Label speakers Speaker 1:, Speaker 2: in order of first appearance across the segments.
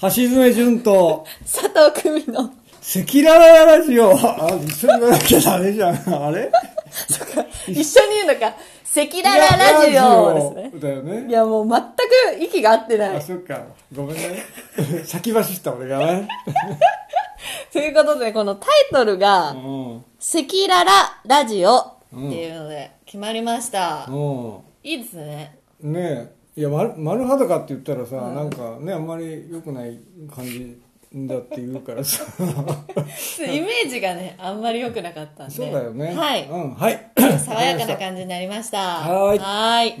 Speaker 1: 橋爪淳と、
Speaker 2: 佐藤久美の。
Speaker 1: 赤裸々ラジオ。あ、一緒に言わなきゃダメじゃん。あれ
Speaker 2: そっか。一緒に言うのか。赤裸々ラジオですね。
Speaker 1: だよ
Speaker 2: い
Speaker 1: ね。
Speaker 2: や、もう全く息が合ってな
Speaker 1: あ、
Speaker 2: い。
Speaker 1: そっか。ごめんね。 先走った俺がね。
Speaker 2: ということで、このタイトルが、赤
Speaker 1: うん。
Speaker 2: 裸々ラジオっていうので、決まりました。
Speaker 1: う
Speaker 2: いいですね。
Speaker 1: ん。ねえ。いや、丸丸裸って言ったらさ、なんかね、あんまり良くない感じだって言うから さ。
Speaker 2: ちょっとイメージがね、あんまり良くなかったんで。
Speaker 1: そうだよね。。
Speaker 2: はいう
Speaker 1: ん、はい。
Speaker 2: 爽やかな感じになりました。
Speaker 1: はーい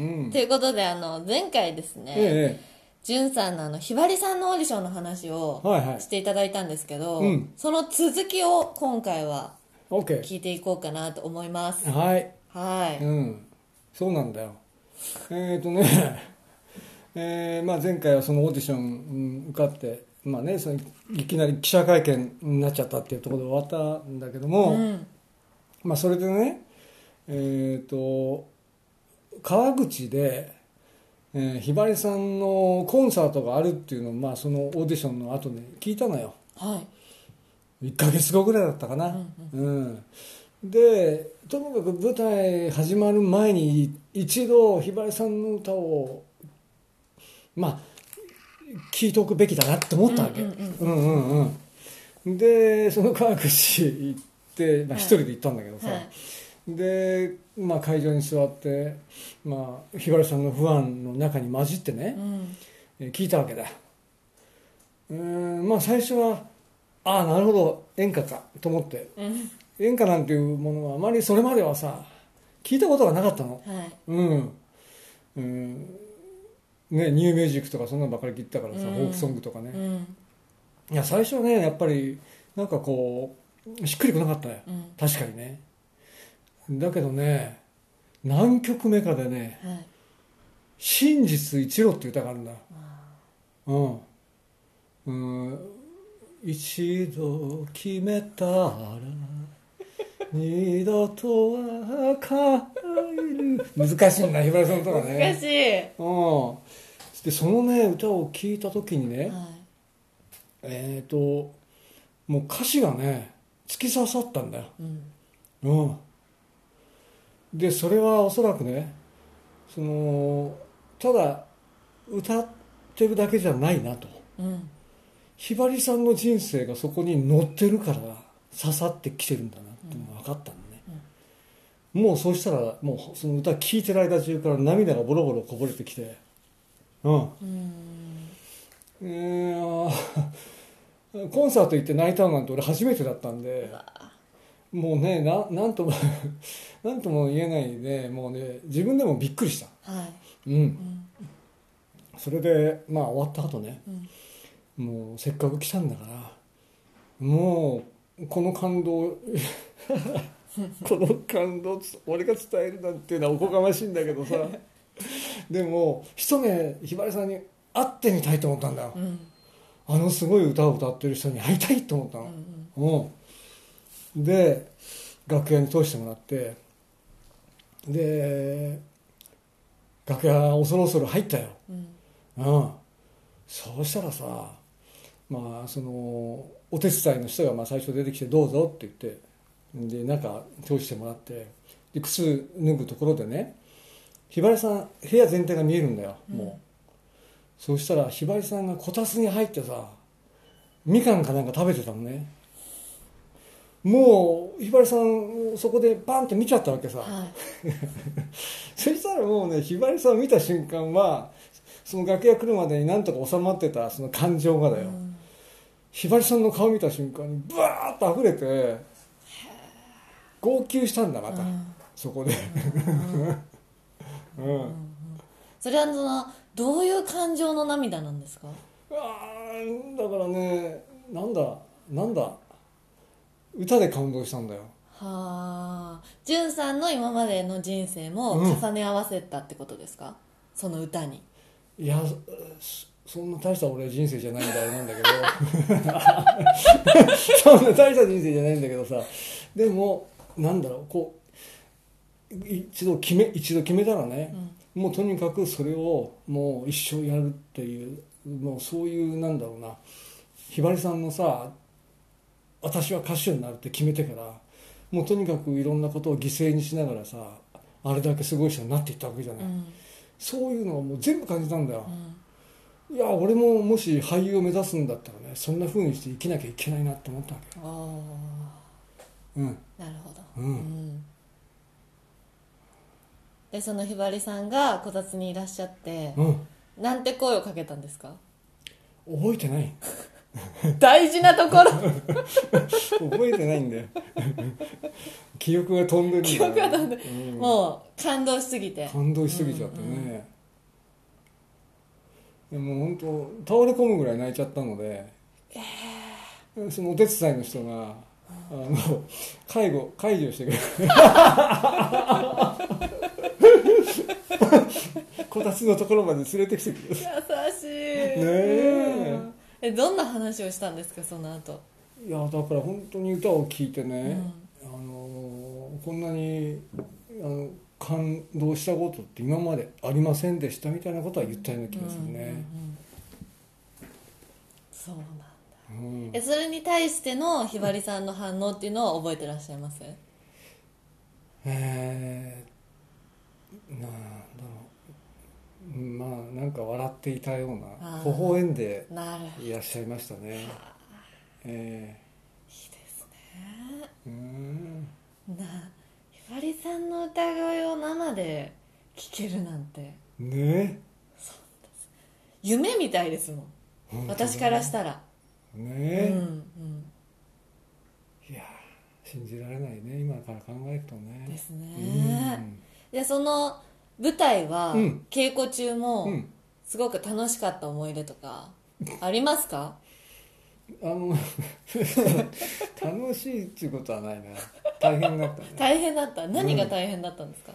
Speaker 2: ーい
Speaker 1: うん
Speaker 2: ということで、あの、前回ですね。
Speaker 1: え
Speaker 2: じゅんさんのあのひばりさんのオーディションの話を
Speaker 1: はいはい
Speaker 2: していただいたんですけど、
Speaker 1: うん
Speaker 2: その続きを今回は
Speaker 1: え。オッケー。
Speaker 2: 聞いていこうかなと思います
Speaker 1: はい。
Speaker 2: はい、
Speaker 1: うん、そうなんだよ。えっ、ー、とね、 えーまあ、前回はそのオーディションうん受かって、まあね、そのいきなり記者会見になっちゃったっていうところで終わったんだけども、
Speaker 2: うん
Speaker 1: まあ、それでね、えっと川口で、えーひばりさんのコンサートがあるっていうのを、まあ、そのオーディションの後に聞いたのよ。
Speaker 2: はい
Speaker 1: 1ヶ月後ぐらいだったかな、うんでともかく舞台始まる前に一度ひばりさんの歌をまあ聴いておくべきだなって思ったわけ、
Speaker 2: うん
Speaker 1: うんうんうんでその川口行って、まあ、
Speaker 2: はい
Speaker 1: 一人で行ったんだけどさ、
Speaker 2: はい
Speaker 1: で、まあ、会場に座って、まあ、ひばりさんのファンの中に混じってね、
Speaker 2: うん
Speaker 1: えー聞いたわけだうーんまあ最初はああなるほど演歌かと思って
Speaker 2: うん
Speaker 1: 演歌なんていうものはあまりそれまではさ聞いたことがなかったの
Speaker 2: はい
Speaker 1: うん、うんね、ニューミュージックとかそんなのばっかり聞いてたからさ、
Speaker 2: うん
Speaker 1: フォークソングとか
Speaker 2: う
Speaker 1: ね、
Speaker 2: ん
Speaker 1: いや最初はねやっぱりなんかこうしっくりこなかったよ
Speaker 2: うん
Speaker 1: 確かにねだけどね何曲目かでね
Speaker 2: はい
Speaker 1: 「真実一路」っていう歌があるんだうん、うん、一度決めたら二度とは帰る難しいんだひばりさんとか
Speaker 2: 難
Speaker 1: ね
Speaker 2: しい、
Speaker 1: うんでそのね歌を聴いた時にね
Speaker 2: はい
Speaker 1: えっ、ともう歌詞がね突き刺さったんだよ
Speaker 2: うん
Speaker 1: うん、でそれはおそらくねそのただ歌ってるだけじゃないなと
Speaker 2: うん
Speaker 1: ひばりさんの人生がそこに乗ってるから刺さってきてるんだなっていうのが分かったのね、もうそうしたらもうその歌聴いてる間中から涙がボロボロこぼれてきてうん
Speaker 2: うん
Speaker 1: えーあー コンサート行って泣いたのなんて俺初めてだったんでもうねななんとも なんとも言えないでもうね自分でもびっくりした
Speaker 2: はい
Speaker 1: うん
Speaker 2: うん
Speaker 1: それでまあ終わった後ね
Speaker 2: うん
Speaker 1: もうせっかく来たんだからもうこの感動 をこの感動を俺が伝えるなんていうのはおこがましいんだけどさでも一目ひばりさんに会ってみたいと思ったんだよ
Speaker 2: うん
Speaker 1: あのすごい歌を歌ってる人に会いたいと思った
Speaker 2: う
Speaker 1: の、
Speaker 2: ん
Speaker 1: うん、で楽屋に通してもらってで楽屋恐る恐る入ったよ、
Speaker 2: うん
Speaker 1: うん、そうしたらさまあそのお手伝いの人がまあ最初出てきて「どうぞ」って言ってで中通してもらってで靴脱ぐところでねひばりさん部屋全体が見えるんだよもう、
Speaker 2: うん
Speaker 1: そうしたらひばりさんがこたつに入ってさみかんかなんか食べてたのねもうひばりさんをそこでバンって見ちゃったわけさ、
Speaker 2: はい
Speaker 1: そしたらもうねひばりさんを見た瞬間はその楽屋来るまでになんとか収まってたその感情がだよ、
Speaker 2: うん
Speaker 1: ひばりさんの顔見た瞬間にブワーッと溢れて号泣したんだまた、
Speaker 2: うん
Speaker 1: そこでうん、
Speaker 2: それはそのどういう感情の涙なんですか
Speaker 1: あーだからねなんだなんだ歌で感動したんだよ
Speaker 2: はあんさんの今までの人生も
Speaker 1: うん
Speaker 2: 重ね合わせたってことですか、その歌に
Speaker 1: いやそそんな大した俺人生じゃないんだあれなんだ けどそんな大した人生じゃないんだけどさでもなんだろうこう一度決め一度決めたらね、もうとにかくそれをもう一生やるっていうもうそういうなんだろうなひばりさんのさ私は歌手になるって決めてからもうとにかくいろんなことを犠牲にしながらさあれだけすごい人になっていったわけじゃない、
Speaker 2: うん
Speaker 1: そういうのをもう全部感じたんだよ
Speaker 2: う、ん
Speaker 1: いや俺ももし俳優を目指すんだったらねそんな風にして生きなきゃいけないなって思ったわけ
Speaker 2: ああ
Speaker 1: うん
Speaker 2: なるほど、
Speaker 1: うん
Speaker 2: でそのひばりさんがこたつにいらっしゃって、
Speaker 1: うん
Speaker 2: なんて声をかけたんですか
Speaker 1: 覚えてない
Speaker 2: 大事なところ
Speaker 1: 覚えてないんだよ 記憶が飛んでるんだ
Speaker 2: 記憶が飛んで
Speaker 1: る、うん
Speaker 2: もう感動しすぎて
Speaker 1: 感動しすぎちゃってね、でもう本当倒れ込むぐらい泣いちゃったので、そのお手伝いの人があの介護介助して くれるこたつのところまで連れてきてくれる
Speaker 2: 優しいね
Speaker 1: え
Speaker 2: えどんな話をしたんですかその後
Speaker 1: いやだから本当に歌を聴いてね、
Speaker 2: う
Speaker 1: あのこんなにあの感動したことって今までありませんでしたみたいなことは言ったような気がするね、
Speaker 2: うんうんうんそうなんだ
Speaker 1: うん
Speaker 2: えそれに対してのひばりさんの反応っていうのは覚えてらっしゃいます
Speaker 1: えー、なんだろううんまあなんか笑っていたような
Speaker 2: あ
Speaker 1: 微
Speaker 2: ー
Speaker 1: 笑んで
Speaker 2: なるいい
Speaker 1: いらっしゃいましたねえ
Speaker 2: です
Speaker 1: えうん
Speaker 2: ねなあひばりさんの歌声を生で聴けるなんて
Speaker 1: ね
Speaker 2: 夢みたいですも
Speaker 1: 本当
Speaker 2: ん
Speaker 1: だ
Speaker 2: 私からしたらうん
Speaker 1: ねいやー信じられないね今から考えると
Speaker 2: うんで
Speaker 1: ね
Speaker 2: すねでその舞台は
Speaker 1: うん
Speaker 2: 稽古中も、
Speaker 1: うん、うん、
Speaker 2: すごく楽しかった思い出とかありますか
Speaker 1: あの 楽しいっていうことはないな大変だったね
Speaker 2: 大変だった何が大変だったんですか、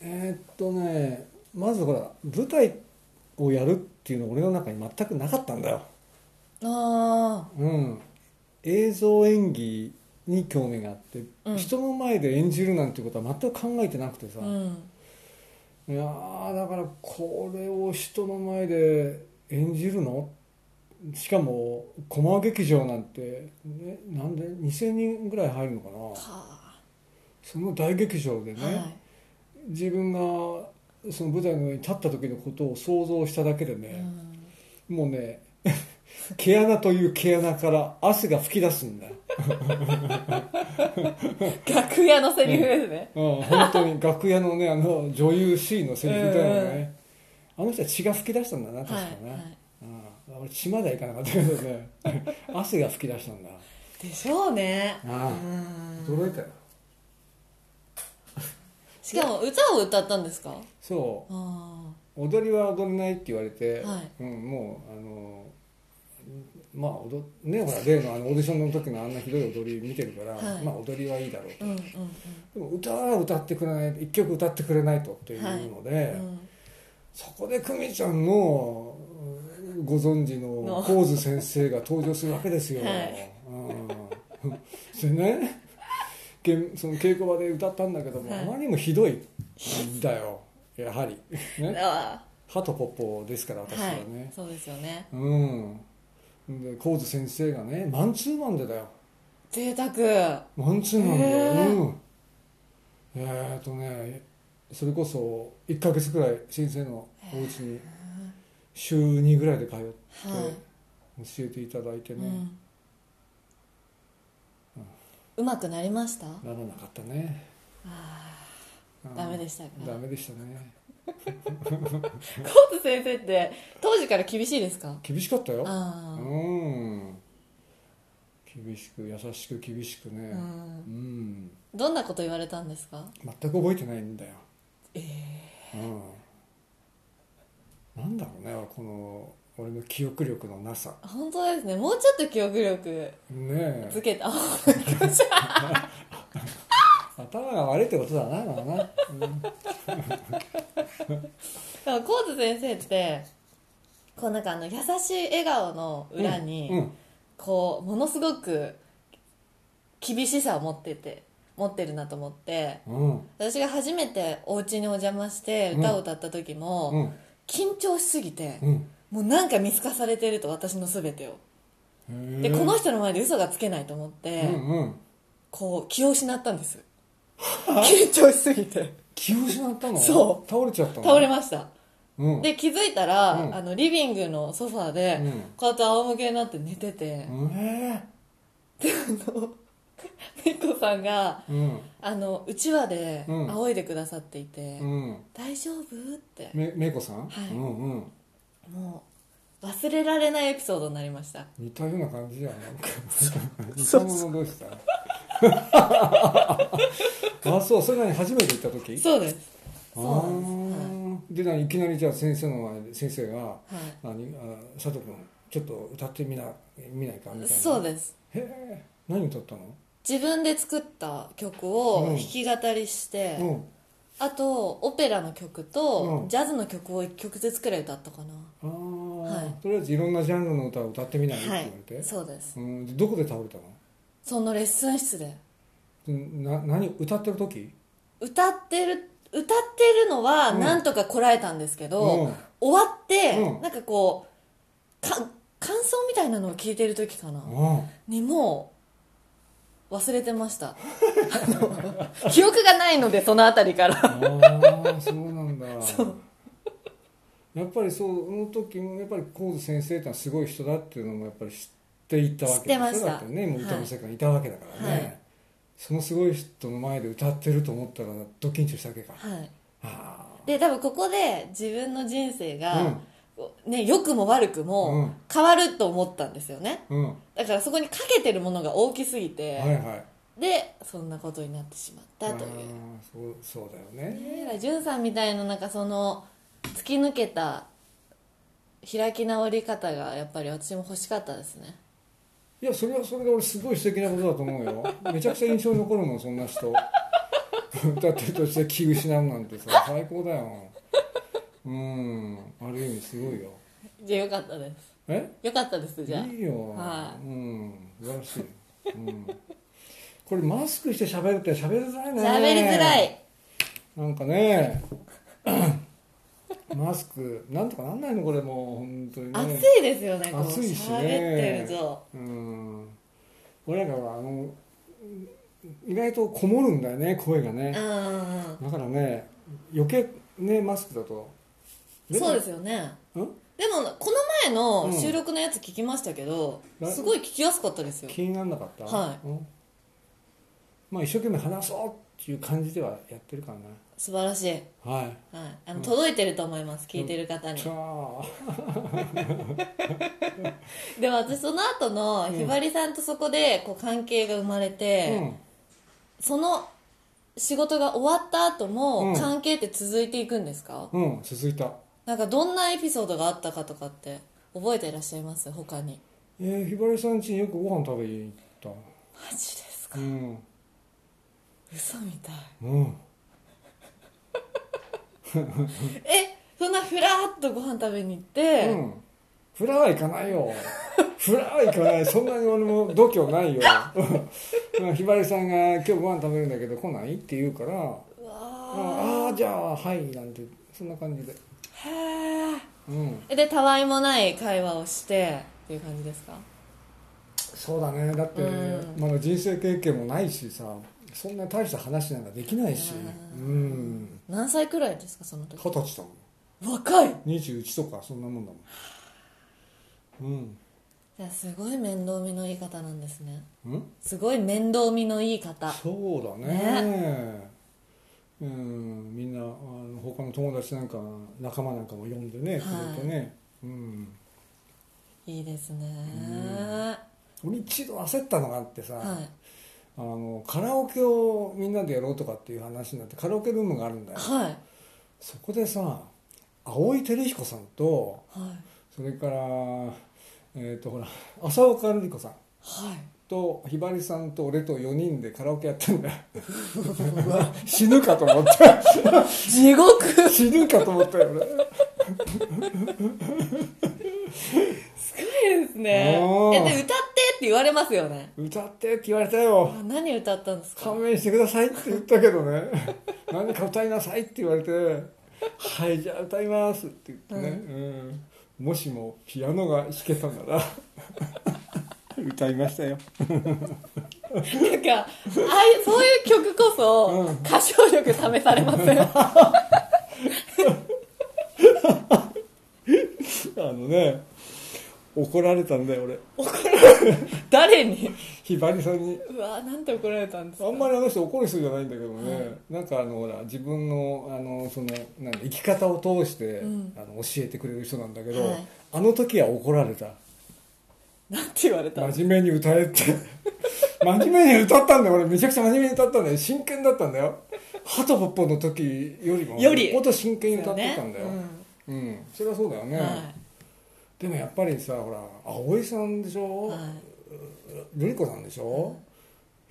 Speaker 1: えーっとねまずほら舞台をやるっていうの俺の中に全くなかったんだよ、
Speaker 2: あ
Speaker 1: うん、映像演技に興味があって、
Speaker 2: うん
Speaker 1: 人の前で演じるなんてことは全く考えてなくてさ、
Speaker 2: あうん
Speaker 1: いやーだからこれを人の前で演じるのしかも駒劇場なんて、ね、なんで2000人ぐらい入るのかな
Speaker 2: は
Speaker 1: その大劇場で
Speaker 2: あ、
Speaker 1: ね、
Speaker 2: はい
Speaker 1: 自分がその舞台の上に立った時のことを想像しただけで
Speaker 2: う
Speaker 1: ね、
Speaker 2: ん
Speaker 1: もうね 毛穴という毛穴から汗が噴き出すんだよ、
Speaker 2: 楽屋のセリフですね、
Speaker 1: うん、本当に 楽屋のねあの女優 C のセリフだよね、あの人は血が噴き出したんだな確
Speaker 2: は
Speaker 1: か
Speaker 2: い、は
Speaker 1: ね、
Speaker 2: い、
Speaker 1: うん、俺血まではいかなかったけどね 汗が噴き出したんだ
Speaker 2: でしょうね
Speaker 1: ああ
Speaker 2: うん
Speaker 1: 驚いたよ
Speaker 2: しかも歌を歌ったんですか
Speaker 1: そ
Speaker 2: あ
Speaker 1: う踊りは踊れないって言われて、
Speaker 2: はい
Speaker 1: うん、もうあのまあ踊ねほら例のあのオーディションの時のあんなひどい踊り見てるから、
Speaker 2: はい
Speaker 1: まあ踊りはいいだろう
Speaker 2: あ
Speaker 1: と
Speaker 2: うんうん
Speaker 1: でも歌は歌ってくれない一曲歌ってくれないとっていうので、
Speaker 2: うんうん
Speaker 1: そこで久美ちゃんのうんご存知の
Speaker 2: の
Speaker 1: 神津先生が登場するわけですよ、
Speaker 2: はい
Speaker 1: うん、それねけんその稽古場で歌ったんだけども、
Speaker 2: はい
Speaker 1: あまりにもひどいんだよやはり、ね、
Speaker 2: あ
Speaker 1: ハトポッポですから
Speaker 2: あ
Speaker 1: 私は
Speaker 2: はい
Speaker 1: ね、
Speaker 2: そうですよね
Speaker 1: うんで神津先生がねマンツーマンでだよ
Speaker 2: 贅沢
Speaker 1: マンツーマンだよ、
Speaker 2: へー
Speaker 1: うんえー、っとねそれこそ1ヶ月くらい先生のお家に週2ぐらいで通って
Speaker 2: はい
Speaker 1: 教えていただいてね、
Speaker 2: うんうまくなりました
Speaker 1: ならなかったねうん
Speaker 2: ダメでしたか
Speaker 1: ダメでしたね
Speaker 2: コーツ先生って当時から厳しいですか
Speaker 1: 厳しかったよう
Speaker 2: ああ
Speaker 1: ん厳しく優しく厳しくね
Speaker 2: う
Speaker 1: うんん
Speaker 2: どんなこと言われたんですか
Speaker 1: 全く覚えてないんだよ
Speaker 2: え
Speaker 1: うんなんだろうねこの俺の記憶力のなさ
Speaker 2: 本当ですねもうちょっと記憶力
Speaker 1: ねえ
Speaker 2: つけたあ
Speaker 1: 頭が悪いってことだなまあな、うん
Speaker 2: でもコーツ先生ってこうなんかあの優しい笑顔の 裏に、
Speaker 1: うん
Speaker 2: こうものすごく厳しさを持ってて持ってるなと思って
Speaker 1: うん
Speaker 2: 私が初めてお家にお邪魔して歌を歌った時も、
Speaker 1: うん
Speaker 2: 緊張しすぎて、
Speaker 1: うん
Speaker 2: もうなんか見透かされてると私の全てを
Speaker 1: で
Speaker 2: でこの人の前で嘘がつけないと思って、
Speaker 1: うんうん
Speaker 2: こう気を失ったんです緊張しすぎて
Speaker 1: 気を失ったの
Speaker 2: そう
Speaker 1: 倒れちゃったの
Speaker 2: 倒れました
Speaker 1: うん
Speaker 2: で気づいたら、
Speaker 1: うん
Speaker 2: あのリビングのソファーで、
Speaker 1: うん
Speaker 2: こうやって仰向けになって寝てて、
Speaker 1: うんえ
Speaker 2: ペコさんが
Speaker 1: えうん
Speaker 2: あのうちわで
Speaker 1: うん
Speaker 2: 仰いでくださっていて「
Speaker 1: うん
Speaker 2: 大丈夫?」って、
Speaker 1: めめいこさん
Speaker 2: はい
Speaker 1: うんうん
Speaker 2: もう忘れられないエピソードになりました
Speaker 1: 似たような感じやなんか似
Speaker 2: そ
Speaker 1: た
Speaker 2: う
Speaker 1: ものどうした あそうそれなに初めて行った時
Speaker 2: そうです
Speaker 1: あ
Speaker 2: そうなんです、はい
Speaker 1: ーで何いきなりじゃあ先生の前で先生が
Speaker 2: はい
Speaker 1: 「何あ佐藤君ちょっと歌ってみな見ないか」みたいな
Speaker 2: そうです
Speaker 1: へえ何歌ったの
Speaker 2: 自分で作った曲を
Speaker 1: うん
Speaker 2: 弾き語りして、
Speaker 1: うん
Speaker 2: あとオペラの曲と、
Speaker 1: うん
Speaker 2: ジャズの曲を1曲ずつくらい歌ったかな
Speaker 1: あー、
Speaker 2: はい
Speaker 1: とりあえずいろんなジャンルの歌を歌ってみないって言わ
Speaker 2: は
Speaker 1: れ
Speaker 2: い
Speaker 1: て、
Speaker 2: そうです
Speaker 1: うんでどこで倒れたの
Speaker 2: そのレッスン室で
Speaker 1: うんな何歌ってる時
Speaker 2: 歌ってる歌ってるのは
Speaker 1: うん
Speaker 2: なんとかこらえたんですけ
Speaker 1: う
Speaker 2: ど、
Speaker 1: ん
Speaker 2: 終わって、
Speaker 1: うん
Speaker 2: なんかこうか感想みたいなのを聞いてる時かな、
Speaker 1: あ
Speaker 2: にもう忘れてましたあの 記憶がないのでそのあたりから
Speaker 1: あーそうなんだ やっぱりそうその時もやっぱり神津先生ってのはすごい人だっていうのもやっぱり知っていたわけ
Speaker 2: 知ってました
Speaker 1: そうだってねもう歌の世界にいたわけだからね、
Speaker 2: はい
Speaker 1: そのすごい人の前で歌ってると思ったらド緊張したわけか、
Speaker 2: はい
Speaker 1: あ
Speaker 2: で多分ここで自分の人生
Speaker 1: う
Speaker 2: が
Speaker 1: ん、
Speaker 2: こうね良くも悪く
Speaker 1: う
Speaker 2: も
Speaker 1: ん
Speaker 2: 変わると思ったんですよね
Speaker 1: あうんは
Speaker 2: だからそこにかけてるものが大きすぎ
Speaker 1: い
Speaker 2: て、
Speaker 1: はい
Speaker 2: でそんなことになってしまったとい
Speaker 1: あー
Speaker 2: う
Speaker 1: そうそうだよね
Speaker 2: ねえだから潤さんみたいななんかその突き抜けた開き直り方がやっぱり私も欲しかったですね
Speaker 1: いやそれはそれで俺すごい素敵なことだと思うよめちゃくちゃ印象に残るもんそんな人歌ってるとして気失うなんてさ最高だようんある意味すごいよ
Speaker 2: じゃあよかったです
Speaker 1: え
Speaker 2: よかったですじゃあ
Speaker 1: いいよ、
Speaker 2: は
Speaker 1: うん素晴らしい、うん、これマスクして喋るって喋りづらいね
Speaker 2: 喋りづらい
Speaker 1: なんか ねマスクなんとかなんないのこれもう本当にね
Speaker 2: 暑いですよねこう
Speaker 1: 暑いしね
Speaker 2: 喋ってると
Speaker 1: うん俺らはあの意外とこもるんだよね声が
Speaker 2: う
Speaker 1: ね
Speaker 2: ん
Speaker 1: だからね余計ねマスクだと
Speaker 2: そうですすよね
Speaker 1: ん
Speaker 2: でもこの前の収録のやつ聞きましたけど、
Speaker 1: うん
Speaker 2: すごい聞きやすかったですよ
Speaker 1: 気にならなかった
Speaker 2: はい
Speaker 1: うんまあ一生懸命話そうっていう感じではやってるからね
Speaker 2: 素晴らしい、はい、
Speaker 1: はい
Speaker 2: あの届いてると思います聞いてる方に、
Speaker 1: じゃあ
Speaker 2: でも私その後のひばりさんとそこでこう関係が生まれて、その仕事が終わった後
Speaker 1: うん
Speaker 2: も関係って続いていくんですか、
Speaker 1: うん、うん、続いた
Speaker 2: なんかどんなエピソードがあったかとかって覚えていらっしゃいます他に
Speaker 1: えー、ひばりさん家によくご飯食べに行っ
Speaker 2: マジです
Speaker 1: た
Speaker 2: か
Speaker 1: うん
Speaker 2: 嘘みたい
Speaker 1: うん
Speaker 2: えそんなふらっとご飯食べに行って、
Speaker 1: うん。フラは行かないよ。フラは行かない。そんなに俺も度胸ないよ。うんひばりさんが今日ご飯食べるんだけど来ないって言うから、
Speaker 2: う
Speaker 1: あ
Speaker 2: わ
Speaker 1: あー、じゃあはいなんて、そんな感じで。
Speaker 2: ーへ
Speaker 1: うん。
Speaker 2: えでたわいもない会話をしてっていう感じですか
Speaker 1: そうだね。だって、
Speaker 2: う
Speaker 1: まだ人生経験もないしさ、そんな大した話なんかできないし。
Speaker 2: う
Speaker 1: うん。
Speaker 2: 何歳くらいですかその時
Speaker 1: 二十歳だもん。
Speaker 2: 若い
Speaker 1: 21とかそんなもんだもん。
Speaker 2: いやすごい面倒見のいい方なんですね
Speaker 1: うん。うん
Speaker 2: すごい面倒見のいい方
Speaker 1: そうだねうん、みんなあの他の友達なんか仲間なんかも呼んでね、
Speaker 2: はい
Speaker 1: くれてね、うん、
Speaker 2: いいですね
Speaker 1: 俺一度焦ったのがあってさ、
Speaker 2: はい
Speaker 1: あのカラオケをみんなでやろうとかっていう話になってカラオケルームがあるんだよ
Speaker 2: はい
Speaker 1: そこでさ蒼井輝彦さんと
Speaker 2: はい
Speaker 1: それからえっ、とほら浅岡瑠璃子さん
Speaker 2: はい
Speaker 1: とひばりさんと俺と4人でカラオケやったんだ よ死ぬかと思った
Speaker 2: 地獄
Speaker 1: 死ぬかと思ったよ俺
Speaker 2: すごいですね
Speaker 1: おー
Speaker 2: えで歌ってって言われますよね
Speaker 1: 歌ってって言われたよ
Speaker 2: あ何歌ったんですか
Speaker 1: 勘弁してくださいって言ったけどね 何か歌いなさいって言われて「はいじゃあ歌います」って言ってね、うんもしもピアノが弾けたなら 歌いましたよ
Speaker 2: なんかああいうそういう曲こそ、歌唱力試されません
Speaker 1: あのね怒られたんだよ俺
Speaker 2: 誰に
Speaker 1: ひばりさんに
Speaker 2: うわなんて怒られたんですか
Speaker 1: あんまりあの人怒る人じゃないんだけどね、なんかあのほら自分のあのそのなんだ生き方を通して、
Speaker 2: うん
Speaker 1: あの教えてくれる人なんだけど、
Speaker 2: はい
Speaker 1: あの時は怒られた
Speaker 2: なんて言われた
Speaker 1: 真面目に歌えって 真面目に歌ったんだよ俺めちゃくちゃ真面目に歌ったんだよ真剣だったんだよハトポッポの時よりも
Speaker 2: より
Speaker 1: もっと真剣に歌ってたんだよ、
Speaker 2: ね
Speaker 1: うん、それはそうだよね、
Speaker 2: うんは
Speaker 1: でもやっぱりさほら葵さんでし
Speaker 2: い
Speaker 1: ょ、
Speaker 2: はい
Speaker 1: 瑠璃子さんでしょ、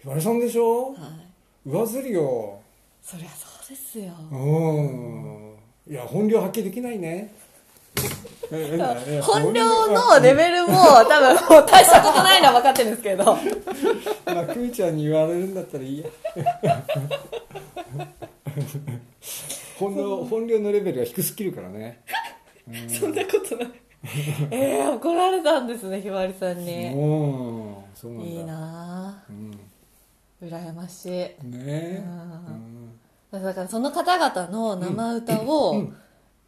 Speaker 1: ひばりさんでしょ、
Speaker 2: はい
Speaker 1: 上ずりよ
Speaker 2: そりゃそうですよ
Speaker 1: うんいや本領発揮できないねえええ
Speaker 2: 本領のレベルも多分もう大したことないのは分かってるんで すけど
Speaker 1: まあ、くーちゃんに言われるんだったらいい や本領本領のレベルが低すぎるからね
Speaker 2: そんなことない ええ怒られたんですねひばりさんに
Speaker 1: うんそうなんだ
Speaker 2: いいな
Speaker 1: うん、ね
Speaker 2: あ羨ましい
Speaker 1: え
Speaker 2: う
Speaker 1: うん
Speaker 2: だからその方々の生歌を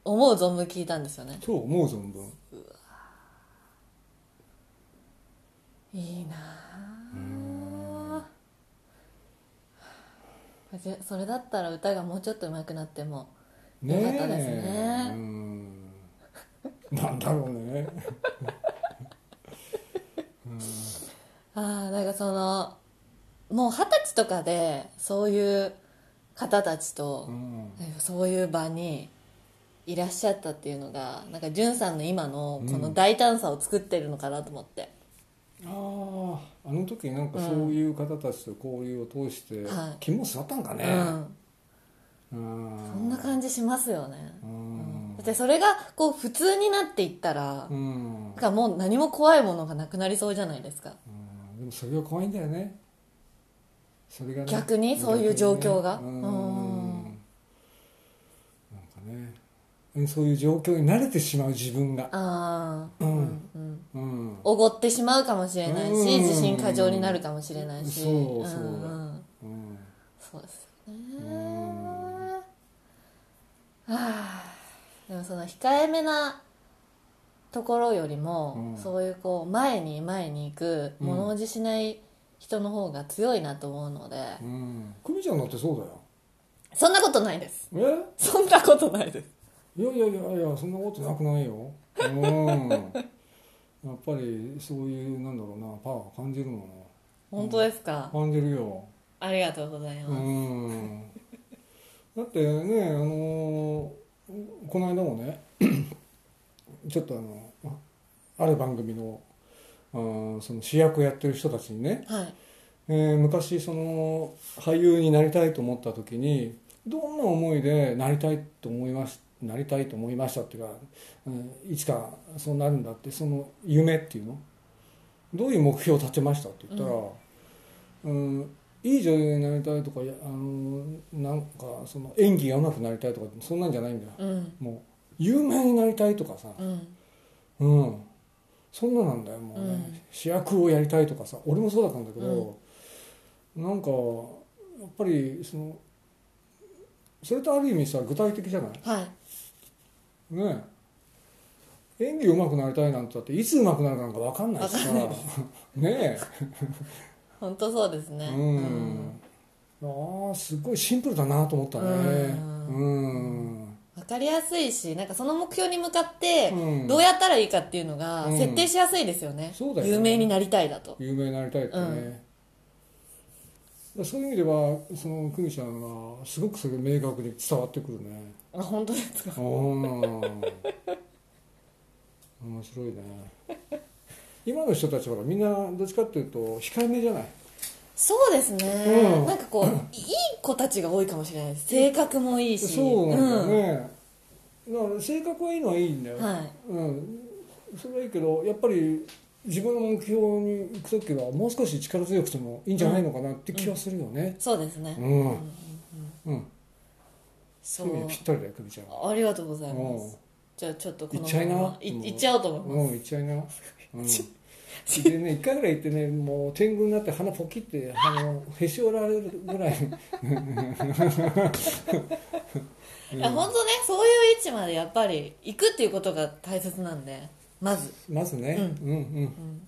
Speaker 2: 思う存分聞いたんですよね、
Speaker 1: そう思う存分
Speaker 2: いいなあじゃそれだったら歌がもうちょっと上手くなっても
Speaker 1: ね
Speaker 2: よかったですね
Speaker 1: うんなんだろうね
Speaker 2: ああなんかそのもう二十歳とかでそういう方たちと、
Speaker 1: うん
Speaker 2: そういう場にいらっしゃったっていうのがなんかじゅんさんの今のこの大胆さを作ってるのかなと思って、
Speaker 1: あああの時なんかそういう方たちと交流を通して
Speaker 2: はい
Speaker 1: 気も据わったんか
Speaker 2: う
Speaker 1: ね、
Speaker 2: ん、
Speaker 1: うん
Speaker 2: そんな感じしますよね、
Speaker 1: うん
Speaker 2: だってそれがこう普通になっていったら、
Speaker 1: う
Speaker 2: なん
Speaker 1: ん
Speaker 2: かもう何も怖いものがなくなりそうじゃないですか
Speaker 1: うんでもそれが怖いんだよねそれがね
Speaker 2: 逆にそういう状況が
Speaker 1: 逆にね
Speaker 2: う
Speaker 1: うん
Speaker 2: ん
Speaker 1: なんかねそういう状況に慣れてしまう自分が
Speaker 2: ああ
Speaker 1: うん
Speaker 2: うん
Speaker 1: うん
Speaker 2: おごってしまうかもしれないし、
Speaker 1: うん
Speaker 2: 自信過剰になるかもしれないし、、
Speaker 1: そうそうんうん
Speaker 2: そうですよ
Speaker 1: うん
Speaker 2: ねはあでもその控えめなところよりも、
Speaker 1: うん
Speaker 2: そういうこう前に前に行く
Speaker 1: うん
Speaker 2: 物おじしない人の方が強いなと思うので、
Speaker 1: うん久美ちゃんだってそう
Speaker 2: そんなことないです
Speaker 1: だよ
Speaker 2: そんなことないです
Speaker 1: えいやいやいやいやそんなことなくないようん やっぱりそういうなんだろうなパワー感じるも
Speaker 2: 本当ですか
Speaker 1: の、感じるよ
Speaker 2: ありがとうございます、
Speaker 1: うんだってねあのーこの間もね ちょっとあのあある番組のあーその主役をやってる人たちにね、
Speaker 2: はい
Speaker 1: えー昔その俳優になりたいと思った時にどんな思いでなりたいと思いましなりたいと思いましたっていうか、うんいつかそうなるんだってその夢っていうのどういう目標を立てましたって言ったら、うんいい女優になりたいとかいやあのなんかその演技が上手くなりたいとかそんなんじゃないんだよ、
Speaker 2: うん
Speaker 1: もう有名になりたいとかさ、
Speaker 2: うん
Speaker 1: うん、そんななんだよもうね、
Speaker 2: うん
Speaker 1: 主役をやりたいとかさ俺もそうだったんだけど、なんかやっぱりそのそれとある意味さ具体的じゃない
Speaker 2: はい
Speaker 1: ねえ演技上手くなりたいなんてだっていつ上手くなるかなんか分かんないしさね
Speaker 2: 本当そうです
Speaker 1: え、
Speaker 2: ね
Speaker 1: うんああすごいシンプルだなと思ったね
Speaker 2: う
Speaker 1: うん、
Speaker 2: 分かりやすいしなんかその目標に向かって
Speaker 1: うん
Speaker 2: どうやったらいいかっていうのが
Speaker 1: うん
Speaker 2: 設定しやすいですよね,、
Speaker 1: そうだよね
Speaker 2: 有名になりたいだと
Speaker 1: 有名になりたいってね、
Speaker 2: うん
Speaker 1: だからそういう意味ではその久美ちゃんはすごくそれ明確に伝わってくるね
Speaker 2: あ本当ですか
Speaker 1: うん面白いね今の人たちほらみんなどっちかっていうと控えめじゃない
Speaker 2: そうですね、
Speaker 1: うん
Speaker 2: なんかこういい子たちが多いかもしれないです性格もいいし
Speaker 1: そうなんだよね、だから性格はいいのはいいんだよ、
Speaker 2: うんはい
Speaker 1: うん、それはいいけどやっぱり自分の目標に行く時はもう少し力強くてもいいんじゃないのかなって気はするよね
Speaker 2: そうですね、
Speaker 1: うん、うんうんそ
Speaker 2: そ
Speaker 1: ういう意味
Speaker 2: う
Speaker 1: でぴったりだよ久美ちゃんは
Speaker 2: ありがとうございま
Speaker 1: うん
Speaker 2: すじゃあちょっとこの
Speaker 1: 行っちゃいな
Speaker 2: ままい行っちゃおうと思いま
Speaker 1: うん行っちゃいな、うん、でね一回ぐらい行ってねもう天狗になって鼻ポキってあのへし折られるぐらい
Speaker 2: す、いや本当ねそういう位置までやっぱり行くっていうことが大切なんでまず
Speaker 1: まずね、
Speaker 2: う
Speaker 1: うん、うん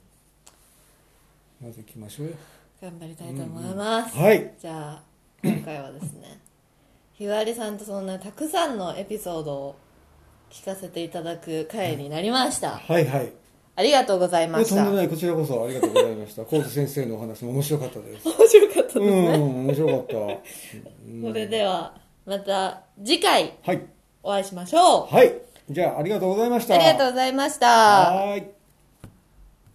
Speaker 1: まず行きましょうよ
Speaker 2: 頑張りたいと思います、
Speaker 1: はい
Speaker 2: じゃあ今回はですねひわりさんとそんなたくさんのエピソードを聞かせていただく回になりました、
Speaker 1: はいはい
Speaker 2: ありがとうございま
Speaker 1: え
Speaker 2: し
Speaker 1: と
Speaker 2: た
Speaker 1: んでも
Speaker 2: 面
Speaker 1: ないこちらこそありがとうございましたコーズ先生のお話も面白かったです
Speaker 2: 白かったです
Speaker 1: うん
Speaker 2: ね、
Speaker 1: 面白かった、うん
Speaker 2: それではまた次回
Speaker 1: はい
Speaker 2: お会いしましょう
Speaker 1: はいじゃあありがとうございました
Speaker 2: ありがとうございました
Speaker 1: はーい